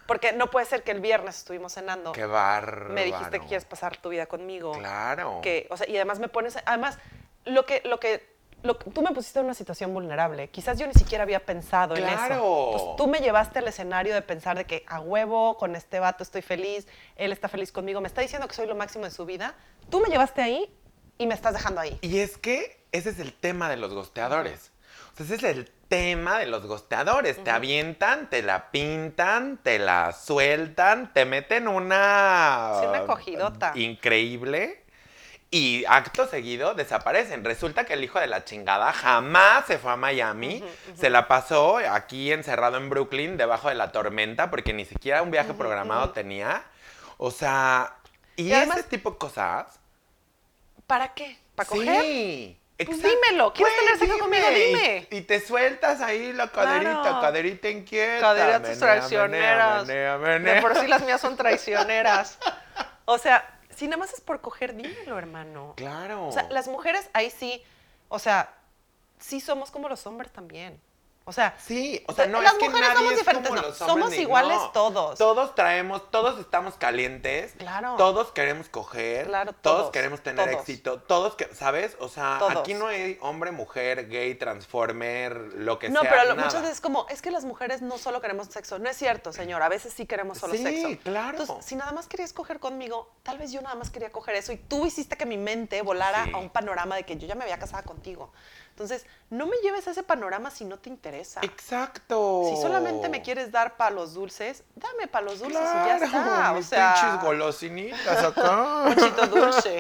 Speaker 1: Porque no puede ser que el viernes estuvimos cenando,
Speaker 2: Qué bárbaro.
Speaker 1: me dijiste que quieres pasar tu vida conmigo.
Speaker 2: Claro.
Speaker 1: que, o sea, y además me pones, además, lo que, lo que, lo que- tú me pusiste en una situación vulnerable. Quizás yo ni siquiera había pensado en eso.
Speaker 2: ¡Claro!
Speaker 1: Entonces, tú me llevaste al escenario de pensar de que a huevo, con este vato estoy feliz, él está feliz conmigo, me está diciendo que soy lo máximo de su vida. Tú me llevaste ahí y me estás dejando ahí.
Speaker 2: Y es que ese es el tema de los gosteadores. O sea, ese es el tema de los gosteadores. Te avientan, te la pintan, te la sueltan, te meten una...
Speaker 1: Sí, una cogidota.
Speaker 2: Increíble. Y acto seguido desaparecen. Resulta que el hijo de la chingada jamás se fue a Miami. Se la pasó aquí encerrado en Brooklyn, debajo de la tormenta, porque ni siquiera un viaje programado tenía. O sea, y,
Speaker 1: Y además-
Speaker 2: ese tipo de cosas.
Speaker 1: ¿Para qué? ¿Para
Speaker 2: Sí,
Speaker 1: coger? Pues
Speaker 2: exacto.
Speaker 1: dímelo, ¿quieres tener sexo conmigo? Dime.
Speaker 2: Y, y te sueltas ahí la caderita,
Speaker 1: Claro.
Speaker 2: caderita inquieta.
Speaker 1: Cadera tus
Speaker 2: menea,
Speaker 1: traicioneras.
Speaker 2: menea, menea,
Speaker 1: De por sí
Speaker 2: menea.
Speaker 1: las mías son traicioneras. O sea, si nada más es por coger, dímelo, hermano.
Speaker 2: Claro.
Speaker 1: O sea, las mujeres ahí sí, o sea, sí somos como los hombres también. O sea,
Speaker 2: Sí, o sea, no
Speaker 1: las
Speaker 2: es que
Speaker 1: mujeres
Speaker 2: nadie
Speaker 1: somos
Speaker 2: es
Speaker 1: diferentes,
Speaker 2: como
Speaker 1: no,
Speaker 2: los hombres
Speaker 1: somos
Speaker 2: ni-
Speaker 1: iguales
Speaker 2: no.
Speaker 1: todos.
Speaker 2: Todos traemos, todos estamos calientes.
Speaker 1: Claro.
Speaker 2: Todos queremos coger.
Speaker 1: Claro,
Speaker 2: todos.
Speaker 1: todos,
Speaker 2: queremos tener
Speaker 1: todos.
Speaker 2: éxito. Todos que, ¿sabes? O sea,
Speaker 1: Todos.
Speaker 2: aquí no hay hombre, mujer, gay, transformer, lo que
Speaker 1: no,
Speaker 2: sea.
Speaker 1: pero lo-
Speaker 2: nada.
Speaker 1: muchas veces como, es que las mujeres no solo queremos sexo. No es cierto, señor, a veces sí queremos solo
Speaker 2: Sí,
Speaker 1: sexo.
Speaker 2: claro.
Speaker 1: Entonces, si nada más querías coger conmigo, tal vez yo nada más quería coger eso y tú hiciste que mi mente volara
Speaker 2: Sí.
Speaker 1: a un panorama de que yo ya me había casado contigo. Entonces, no me lleves a ese panorama si no te interesa.
Speaker 2: Exacto.
Speaker 1: Si solamente me quieres dar palos dulces, dame palos dulces
Speaker 2: Claro,
Speaker 1: y ya está. O
Speaker 2: mis
Speaker 1: sea,
Speaker 2: pinches golosinitas acá.
Speaker 1: [LAUGHS] Conchito
Speaker 2: [LAUGHS]
Speaker 1: dulce.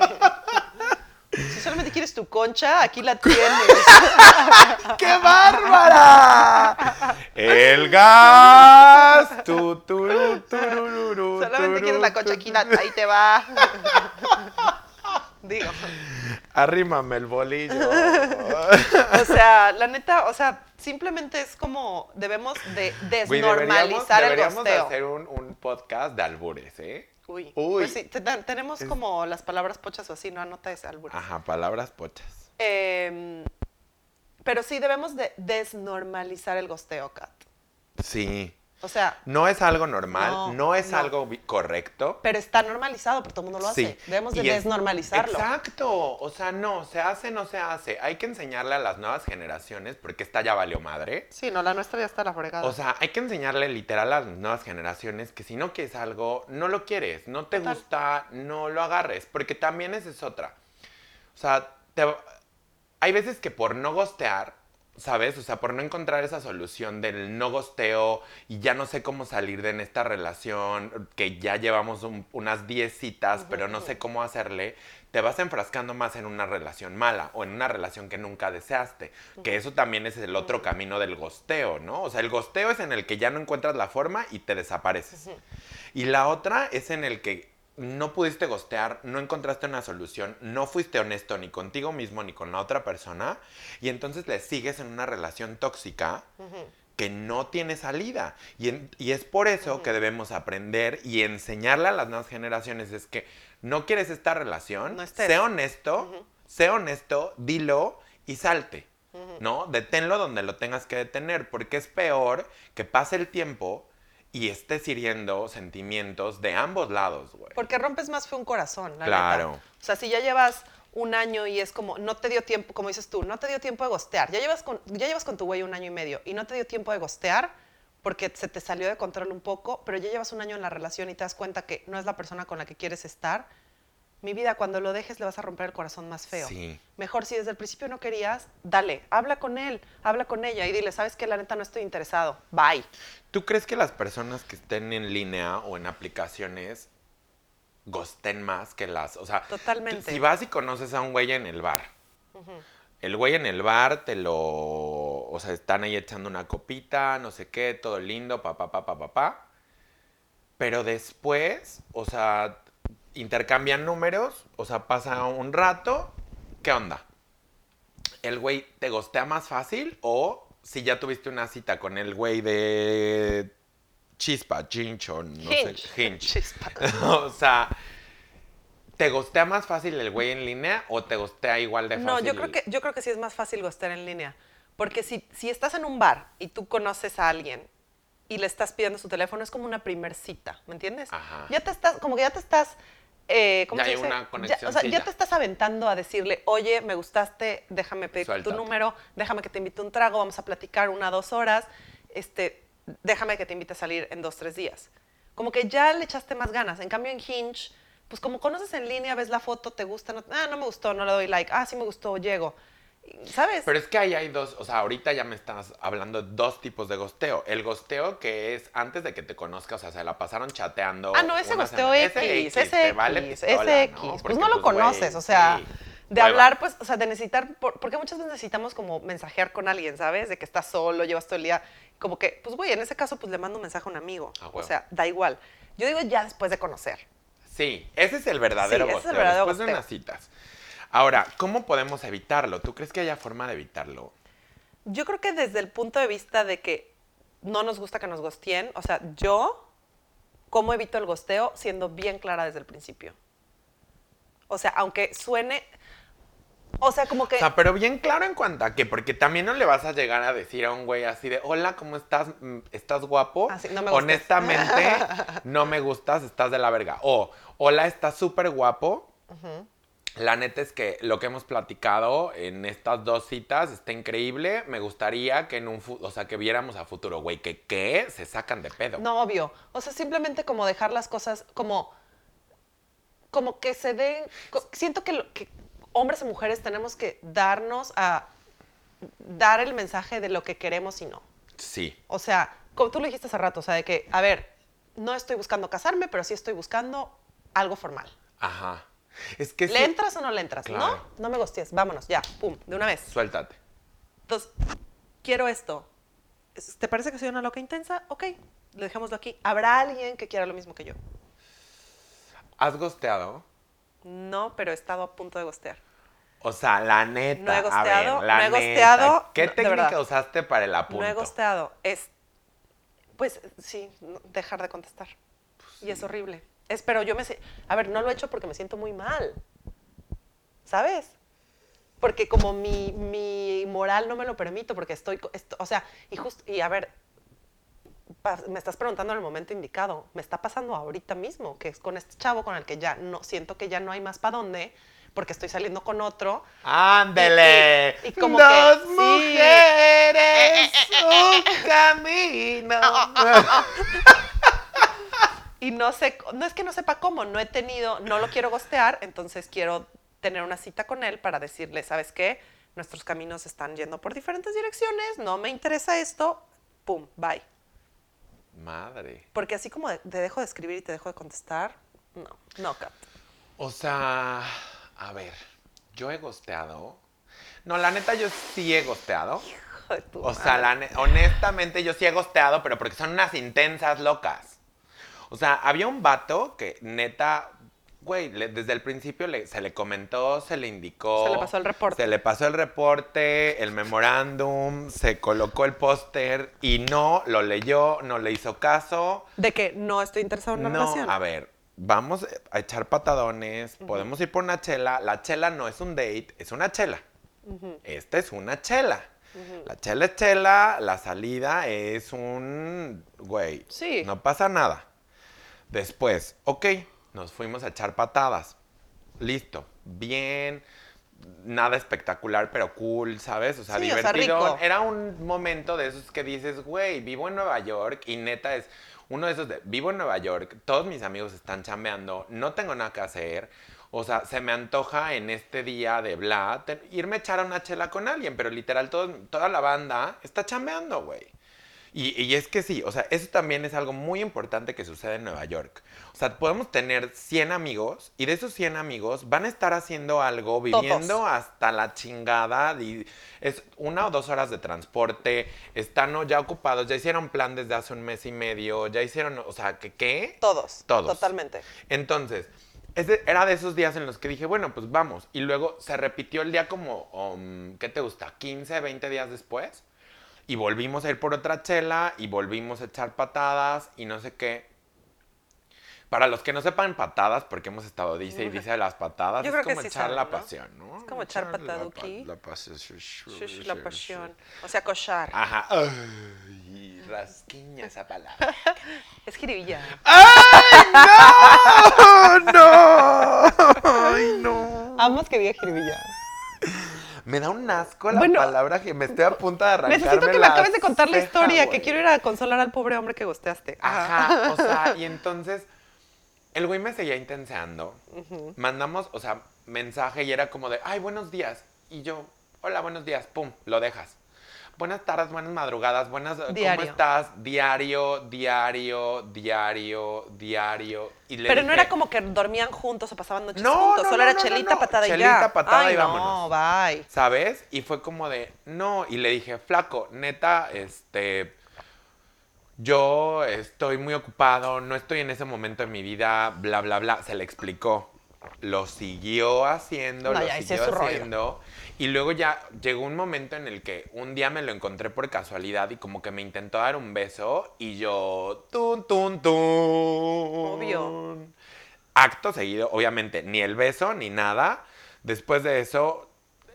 Speaker 1: Si solamente quieres tu concha, aquí la tienes.
Speaker 2: ¡Qué bárbara! El gas. Tu, tu, ru, tu, ru, ru, ru,
Speaker 1: Solamente
Speaker 2: tu,
Speaker 1: quieres
Speaker 2: ru,
Speaker 1: la concha,
Speaker 2: tu,
Speaker 1: aquí la, ahí te va.
Speaker 2: [LAUGHS]
Speaker 1: Digo,
Speaker 2: Arrímame el bolillo.
Speaker 1: o sea, la neta, o sea, simplemente es como debemos de
Speaker 2: Güey, deberíamos,
Speaker 1: desnormalizar el
Speaker 2: deberíamos de
Speaker 1: gosteo.
Speaker 2: hacer un, un podcast de albures, ¿eh?
Speaker 1: Uy,
Speaker 2: Uy.
Speaker 1: pues sí, te- te- tenemos como las palabras pochas o así, no anota ese álbum.
Speaker 2: Ajá, palabras pochas.
Speaker 1: Em, pero sí debemos de desnormalizar el gosteo, Kat.
Speaker 2: Sí.
Speaker 1: O sea,
Speaker 2: No es algo normal,
Speaker 1: No,
Speaker 2: no, es
Speaker 1: no.
Speaker 2: algo vi- correcto.
Speaker 1: pero está normalizado, pero todo el mundo lo hace. Debemos de
Speaker 2: Y es-
Speaker 1: desnormalizarlo.
Speaker 2: Exacto. O sea, no, se hace, no se hace. Hay que enseñarle a las nuevas generaciones, porque esta ya valió madre.
Speaker 1: Sí, no, la nuestra ya está la fregada.
Speaker 2: O sea, hay que enseñarle literal a las nuevas generaciones que si no quieres algo, no lo quieres, no te
Speaker 1: Total.
Speaker 2: gusta, no lo agarres, porque también esa es otra. O sea, te- hay veces que por no gostear, ¿sabes? O sea, por no encontrar esa solución del no gosteo y ya no sé cómo salir de en esta relación, que ya llevamos un- unas 10 citas, pero no sé cómo hacerle, te vas enfrascando más en una relación mala o en una relación que nunca deseaste. Que eso también es el otro camino del gosteo, ¿no? O sea, el gosteo es en el que ya no encuentras la forma y te desapareces. Y la otra es en el que no pudiste gostear, no encontraste una solución, no fuiste honesto ni contigo mismo ni con la otra persona y entonces le sigues en una relación tóxica que no tiene salida. Y, en- y es por eso que debemos aprender y enseñarle a las nuevas generaciones es que no quieres esta relación,
Speaker 1: No estés.
Speaker 2: sé honesto, sé honesto, dilo y salte. ¿No? Deténlo donde lo tengas que detener, porque es peor que pase el tiempo y estés hiriendo sentimientos de ambos lados, güey.
Speaker 1: Porque rompes más fue un corazón, la
Speaker 2: Claro.
Speaker 1: neta. O sea, si ya llevas un año y es como, no te dio tiempo, como dices tú, no te dio tiempo de gostear. Ya llevas con, ya llevas con tu güey un año y medio y no te dio tiempo de gostear porque se te salió de control un poco, pero ya llevas un año en la relación y te das cuenta que no es la persona con la que quieres estar. Mi vida, cuando lo dejes, le vas a romper el corazón más feo.
Speaker 2: Sí.
Speaker 1: Mejor si desde el principio no querías, dale, habla con él, habla con ella y dile, ¿sabes qué? La neta no estoy interesado. Bye.
Speaker 2: ¿Tú crees que las personas que estén en línea o en aplicaciones gosten más que las, o sea,
Speaker 1: Totalmente.
Speaker 2: si vas y conoces a un güey en el bar, el güey en el bar te lo, o sea, están ahí echando una copita, no sé qué, todo lindo, pa pa pa pa pa pa, pero después, o sea, intercambian números, o sea, pasa un rato, ¿qué onda? el güey te gostea más fácil o si ya tuviste una cita con el güey de chispa, chincho, no sé,
Speaker 1: [LAUGHS]
Speaker 2: hinch.
Speaker 1: Chispa.
Speaker 2: [LAUGHS] o sea, ¿te gostea más fácil el güey en línea o te gostea igual de fácil?
Speaker 1: No, yo creo
Speaker 2: el-
Speaker 1: que yo creo que sí es más fácil gostear en línea, porque si si estás en un bar y tú conoces a alguien y le estás pidiendo su teléfono es como una primer cita, ¿me entiendes?
Speaker 2: Ajá.
Speaker 1: Ya te estás como que ya te estás eh, ¿cómo
Speaker 2: Ya
Speaker 1: se
Speaker 2: hay
Speaker 1: dice?
Speaker 2: una
Speaker 1: Ya- o sea,
Speaker 2: conexioncilla.
Speaker 1: ya te estás aventando a decirle, oye, me gustaste, déjame pedir
Speaker 2: Suéltate.
Speaker 1: tu número, déjame que te invite un trago, vamos a platicar una dos horas, este, déjame que te invite a salir en dos tres días. Como que ya le echaste más ganas. En cambio en Hinge, pues como conoces en línea, ves la foto, te gusta, no, ah, no me gustó, no le doy like, ah, sí me gustó, llego, ¿sabes?
Speaker 2: Pero es que ahí hay dos, o sea, ahorita ya me estás hablando de dos tipos de gosteo. El gosteo que es antes de que te conozcas, o sea, se la pasaron chateando.
Speaker 1: Ah, no, ese
Speaker 2: una
Speaker 1: gosteo
Speaker 2: semana.
Speaker 1: X,
Speaker 2: Ese
Speaker 1: ese X,
Speaker 2: te vale pistola,
Speaker 1: ese X.
Speaker 2: ¿no?
Speaker 1: Pues
Speaker 2: Porque,
Speaker 1: no lo
Speaker 2: güey,
Speaker 1: conoces, o sea,
Speaker 2: sí,
Speaker 1: de
Speaker 2: hueva.
Speaker 1: hablar, pues, o sea, de necesitar, por- porque muchas veces necesitamos como mensajear con alguien, ¿sabes? De que estás solo, llevas todo el día, como que, pues, güey, en ese caso, pues, le mando un mensaje a un amigo.
Speaker 2: Ah,
Speaker 1: o
Speaker 2: huevo.
Speaker 1: sea, da igual. Yo digo ya después de conocer.
Speaker 2: Sí, ese es el verdadero
Speaker 1: Sí, ese es
Speaker 2: gosteo,
Speaker 1: el verdadero
Speaker 2: después de
Speaker 1: gosteo.
Speaker 2: unas citas. Ahora, ¿cómo podemos evitarlo? ¿Tú crees que haya forma de evitarlo?
Speaker 1: Yo creo que desde el punto de vista de que no nos gusta que nos gosteen, o sea, yo, ¿cómo evito el gosteo? Siendo bien clara desde el principio. O sea, aunque suene, o sea, como que...
Speaker 2: O sea, pero bien claro en cuanto a que, porque también no le vas a llegar a decir a un güey así de, hola, ¿cómo estás? Mm, ¿Estás guapo?
Speaker 1: Así, Ah, no me gustas.
Speaker 2: Honestamente,
Speaker 1: [LAUGHS]
Speaker 2: no me gustas, estás de la verga. O, hola, estás súper guapo. La neta es que lo que hemos platicado en estas dos citas está increíble. Me gustaría que en un, fu- o sea, que viéramos a futuro, güey, que qué, se sacan de pedo.
Speaker 1: No, obvio. O sea, simplemente como dejar las cosas como. Como que se den. co- Siento que, lo- que hombres y mujeres tenemos que darnos a. Dar el mensaje de lo que queremos y no.
Speaker 2: Sí.
Speaker 1: O sea, como tú lo dijiste hace rato, o sea, de que, a ver, no estoy buscando casarme, pero sí estoy buscando algo formal.
Speaker 2: Ajá. Es que
Speaker 1: ¿Le
Speaker 2: sí-
Speaker 1: entras o no le entras?
Speaker 2: Claro.
Speaker 1: No, no me gosties, vámonos, ya, pum, de una vez.
Speaker 2: Suéltate.
Speaker 1: Entonces, quiero esto. Es- ¿Te parece que soy una loca intensa? Ok, lo dejémoslo aquí. Habrá alguien que quiera lo mismo que yo.
Speaker 2: ¿Has gosteado?
Speaker 1: No, pero he estado a punto de gostear.
Speaker 2: O sea, la neta.
Speaker 1: No he
Speaker 2: a
Speaker 1: gosteado,
Speaker 2: ver, la
Speaker 1: no he
Speaker 2: neta,
Speaker 1: gosteado,
Speaker 2: ¿Qué
Speaker 1: no, de
Speaker 2: técnica
Speaker 1: verdad.
Speaker 2: usaste para el apunto?
Speaker 1: No he gosteado. Es, pues sí, no- dejar de contestar. Y es horrible. Es, pero yo me... si- A ver, no lo he hecho porque me siento muy mal. ¿Sabes? Porque como mi, mi moral no me lo permito, porque estoy... co- esto- o sea, y justo... Y a ver, pa- me estás preguntando en el momento indicado. Me está pasando ahorita mismo, que es con este chavo con el que ya no... Siento que ya no hay más para dónde, porque estoy saliendo con otro.
Speaker 2: ¡Ándele!
Speaker 1: Y- y- y como
Speaker 2: Dos
Speaker 1: que, sí. [LAUGHS]
Speaker 2: mujeres, un camino.
Speaker 1: y no sé, no es que no sepa cómo, no he tenido, no lo quiero gostear, entonces quiero tener una cita con él para decirle, ¿sabes qué? Nuestros caminos están yendo por diferentes direcciones, no me interesa esto, pum, bye.
Speaker 2: Madre.
Speaker 1: Porque así como de- te dejo de escribir y te dejo de contestar, no, no, Kat.
Speaker 2: O sea, A ver, yo he gosteado. No, la neta, yo sí he gosteado.
Speaker 1: Hijo de tu
Speaker 2: O sea, la ne- honestamente yo sí he gosteado, pero porque son unas intensas locas. O sea, había un vato que neta, güey, le- desde el principio le- se le comentó, se le indicó.
Speaker 1: Se le pasó el reporte.
Speaker 2: Se le pasó el reporte, el memorándum, se colocó el póster y no lo leyó, no le hizo caso.
Speaker 1: De que no estoy interesado en una
Speaker 2: no,
Speaker 1: relación.
Speaker 2: a ver, vamos a echar patadones, podemos ir por una chela. La chela no es un date, es una chela. Esta es una chela. La chela es chela, la salida es un... Güey,
Speaker 1: Sí.
Speaker 2: no pasa nada. Después, ok, nos fuimos a echar patadas. Listo, bien, nada espectacular, pero cool, ¿sabes? O sea,
Speaker 1: Sí, o sea,
Speaker 2: divertido.
Speaker 1: rico.
Speaker 2: Era un momento de esos que dices, güey, vivo en Nueva York y neta es uno de esos de, vivo en Nueva York, todos mis amigos están chambeando, no tengo nada que hacer. O sea, se me antoja en este día de bla te- irme a echar a una chela con alguien, pero literal todo- toda la banda está chambeando, güey. Y, y es que sí, o sea, eso también es algo muy importante que sucede en Nueva York. O sea, podemos tener 100 amigos y de esos 100 amigos van a estar haciendo algo, viviendo hasta la chingada. Y es una o dos horas de transporte, están o ya ocupados, ya hicieron plan desde hace un mes y medio, ya hicieron, o sea, que qué?
Speaker 1: Todos.
Speaker 2: Todos.
Speaker 1: Totalmente.
Speaker 2: Entonces, ese era de esos días en los que dije, bueno, pues vamos. Y luego se repitió el día como, um, ¿qué te gusta? 15, 20 días después. Y volvimos a ir por otra chela y volvimos a echar patadas y no sé qué. Para los que no sepan patadas, porque hemos estado dice y dice de las patadas,
Speaker 1: Yo
Speaker 2: es
Speaker 1: creo que
Speaker 2: como
Speaker 1: sí
Speaker 2: echar
Speaker 1: saben,
Speaker 2: la
Speaker 1: ¿no?
Speaker 2: pasión, ¿no?
Speaker 1: Es como echar
Speaker 2: la pa-
Speaker 1: pataduki.
Speaker 2: La, pasión.
Speaker 1: Shush, la pasión. O sea, cochar.
Speaker 2: Ajá. Ay, rasquiña esa palabra.
Speaker 1: Es jiribilla.
Speaker 2: Ah. ¡Oh, no! ¡Ay, no!
Speaker 1: Amas que diga jiribilla.
Speaker 2: Me da un asco la
Speaker 1: Bueno,
Speaker 2: palabra que me estoy a punto de arrancarme
Speaker 1: Necesito que me
Speaker 2: la
Speaker 1: acabes de contar
Speaker 2: [LAUGHS]
Speaker 1: la
Speaker 2: ceja,
Speaker 1: historia,
Speaker 2: güey.
Speaker 1: que quiero ir Ah. a consolar al pobre hombre que gosteaste.
Speaker 2: Ajá,
Speaker 1: [LAUGHS]
Speaker 2: o sea, y entonces el güey me seguía intenseando. Mandamos, o sea, mensaje y era como de, ay, buenos días. Y yo, hola, buenos días, pum, lo dejas. Buenas tardes, buenas madrugadas, buenas, ¿cómo
Speaker 1: Diario.
Speaker 2: estás? Diario, diario, diario, diario. Y le
Speaker 1: Pero no
Speaker 2: dije,
Speaker 1: era como que dormían juntos o pasaban noches
Speaker 2: No,
Speaker 1: juntos.
Speaker 2: no,
Speaker 1: Solo
Speaker 2: no,
Speaker 1: era
Speaker 2: no, no,
Speaker 1: chelita,
Speaker 2: no.
Speaker 1: patada y ya.
Speaker 2: Chelita, patada
Speaker 1: Ay,
Speaker 2: y
Speaker 1: no, bye.
Speaker 2: ¿sabes? Y fue como de, no, y le dije, flaco, neta, este, yo estoy muy ocupado, no estoy en ese momento de mi vida, bla, bla, bla, se le explicó. Lo siguió haciendo,
Speaker 1: No,
Speaker 2: lo
Speaker 1: ya, ese es
Speaker 2: siguió
Speaker 1: su rollo.
Speaker 2: haciendo. Y luego ya llegó un momento en el que un día me lo encontré por casualidad y como que me intentó dar un beso y yo, tun, tun, tun.
Speaker 1: Obvio.
Speaker 2: Acto seguido, obviamente, ni el beso ni nada. Después de eso,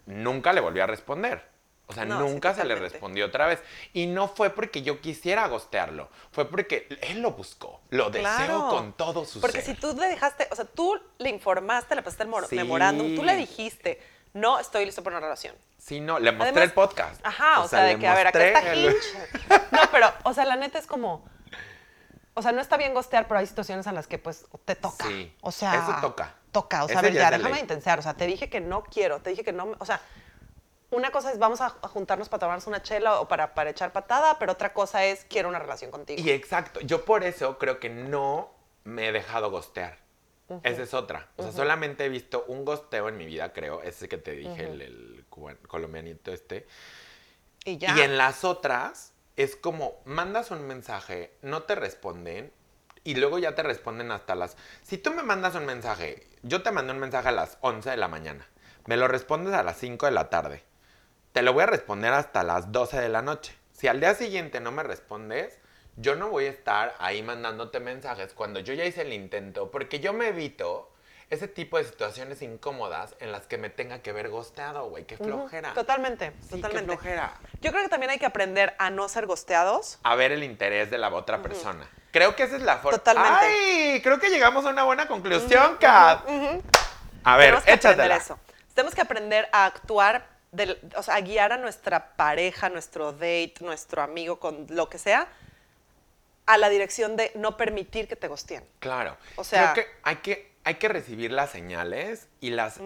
Speaker 2: nunca le volvió a responder. O sea,
Speaker 1: No, sí,
Speaker 2: nunca se le
Speaker 1: totalmente.
Speaker 2: respondió otra vez. Y no fue porque yo quisiera gostearlo. Fue porque él lo buscó. Lo
Speaker 1: Claro.
Speaker 2: deseo con todo su
Speaker 1: Porque
Speaker 2: ser.
Speaker 1: si tú le dejaste, o sea, tú le informaste, le pasaste el mor-
Speaker 2: Sí.
Speaker 1: memorándum, tú le dijiste, no estoy listo para una relación.
Speaker 2: Sí, no, le mostré
Speaker 1: Además-
Speaker 2: el podcast.
Speaker 1: Ajá, o, sea, de
Speaker 2: le
Speaker 1: que, a ver, acá está
Speaker 2: mostré el- [LAUGHS]
Speaker 1: Hinge. No, pero, o sea, la neta es como, o sea, no está bien gostear, pero hay situaciones en las que, pues, te toca.
Speaker 2: Sí,
Speaker 1: O sea.
Speaker 2: eso toca.
Speaker 1: Toca, o sea,
Speaker 2: Ese
Speaker 1: a ver,
Speaker 2: ya
Speaker 1: ya,
Speaker 2: es de
Speaker 1: déjame
Speaker 2: ley.
Speaker 1: intensear, o sea, te dije que no quiero, te dije que no, me- o sea, una cosa es vamos a, a juntarnos para tomarnos una chela o para, para echar patada, pero otra cosa es quiero una relación contigo.
Speaker 2: Y exacto, yo por eso creo que no me he dejado gostear. Esa es otra. O sea, solamente he visto un gosteo en mi vida, creo. Ese que te dije, el, el cuban- colombianito este.
Speaker 1: Y, ya.
Speaker 2: Y en las otras es como mandas un mensaje, no te responden y luego ya te responden hasta las... Si tú me mandas un mensaje, yo te mandé un mensaje a las 11 de la mañana, me lo respondes a las 5 de la tarde, te lo voy a responder hasta las 12 de la noche. Si al día siguiente no me respondes, yo no voy a estar ahí mandándote mensajes cuando yo ya hice el intento, porque yo me evito ese tipo de situaciones incómodas en las que me tenga que ver gosteado, güey, qué
Speaker 1: Ujú,
Speaker 2: flojera.
Speaker 1: Totalmente,
Speaker 2: Sí,
Speaker 1: totalmente.
Speaker 2: Qué flojera
Speaker 1: Yo creo que también hay que aprender a no ser gosteados.
Speaker 2: a ver el interés de la otra persona. Creo que esa es la forma.
Speaker 1: Totalmente.
Speaker 2: ¡Ay! Creo que llegamos a una buena conclusión, Kat. A ver,
Speaker 1: Tenemos que aprender
Speaker 2: échatela.
Speaker 1: eso. Tenemos que aprender a actuar, del- o sea, a guiar a nuestra pareja, nuestro date, nuestro amigo, con lo que sea, a la dirección de no permitir que te gosteen.
Speaker 2: Claro.
Speaker 1: O sea-
Speaker 2: Creo que hay que, hay que recibir las señales y las.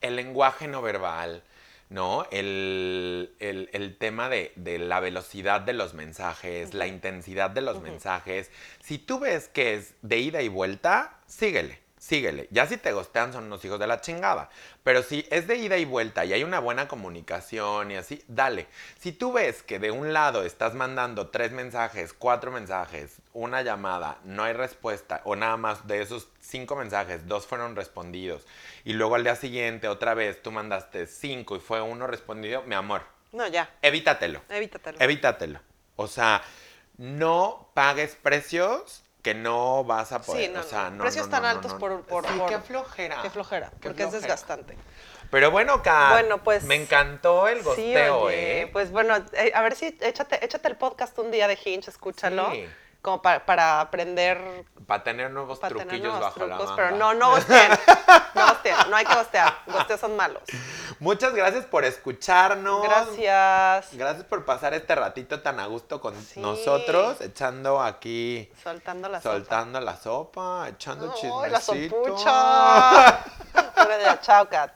Speaker 2: El lenguaje no verbal, ¿no? El, el- el tema de, de la velocidad de los mensajes, la intensidad de los mensajes. Si tú ves que es de ida y vuelta, síguele. síguele. Ya si te gostean son unos hijos de la chingada. Pero si es de ida y vuelta y hay una buena comunicación y así, dale. Si tú ves que de un lado estás mandando tres mensajes, cuatro mensajes, una llamada, no hay respuesta, o nada más de esos cinco mensajes, dos fueron respondidos, y luego al día siguiente otra vez tú mandaste cinco y fue uno respondido, mi amor,
Speaker 1: No, ya.
Speaker 2: evítatelo.
Speaker 1: Evítatelo.
Speaker 2: Evítatelo. O sea, no pagues precios que no vas a poder.
Speaker 1: Sí, no,
Speaker 2: o sea,
Speaker 1: no.
Speaker 2: no,
Speaker 1: Precios
Speaker 2: no,
Speaker 1: tan
Speaker 2: no, no,
Speaker 1: altos
Speaker 2: no.
Speaker 1: por- por-
Speaker 2: Sí,
Speaker 1: por-
Speaker 2: qué flojera.
Speaker 1: Qué flojera,
Speaker 2: Ah, Qué
Speaker 1: porque es
Speaker 2: flojera.
Speaker 1: desgastante.
Speaker 2: Pero bueno, Kat,
Speaker 1: Bueno, pues-
Speaker 2: me encantó el gosteo,
Speaker 1: oye.
Speaker 2: ¿eh?
Speaker 1: Pues bueno, eh, a ver si échate, échate el podcast un día de Hinge, escúchalo.
Speaker 2: Sí.
Speaker 1: Como pa- para aprender
Speaker 2: Para tener nuevos
Speaker 1: para tener
Speaker 2: truquillos
Speaker 1: nuevos
Speaker 2: bajo
Speaker 1: trucos,
Speaker 2: la manga.
Speaker 1: pero no, no gosteen. No gosteen, no hay que
Speaker 2: [LAUGHS]
Speaker 1: gostear. Gosteos son malos.
Speaker 2: Muchas gracias por escucharnos.
Speaker 1: Gracias.
Speaker 2: Gracias por pasar este ratito tan a gusto con
Speaker 1: Sí.
Speaker 2: nosotros, echando aquí,
Speaker 1: Soltando la
Speaker 2: soltando la sopa, echando
Speaker 1: sopa.
Speaker 2: chismecito.
Speaker 1: ¡Ay, la
Speaker 2: [LAUGHS]
Speaker 1: sopucha! Bueno, ya, chao, Kat.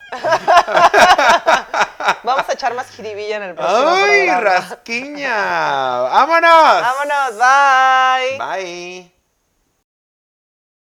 Speaker 1: Vamos a echar más jiribilla en el próximo
Speaker 2: ¡Ay,
Speaker 1: programa.
Speaker 2: rasquiña! ¡Vámonos!
Speaker 1: Vámonos, bye.
Speaker 2: Bye.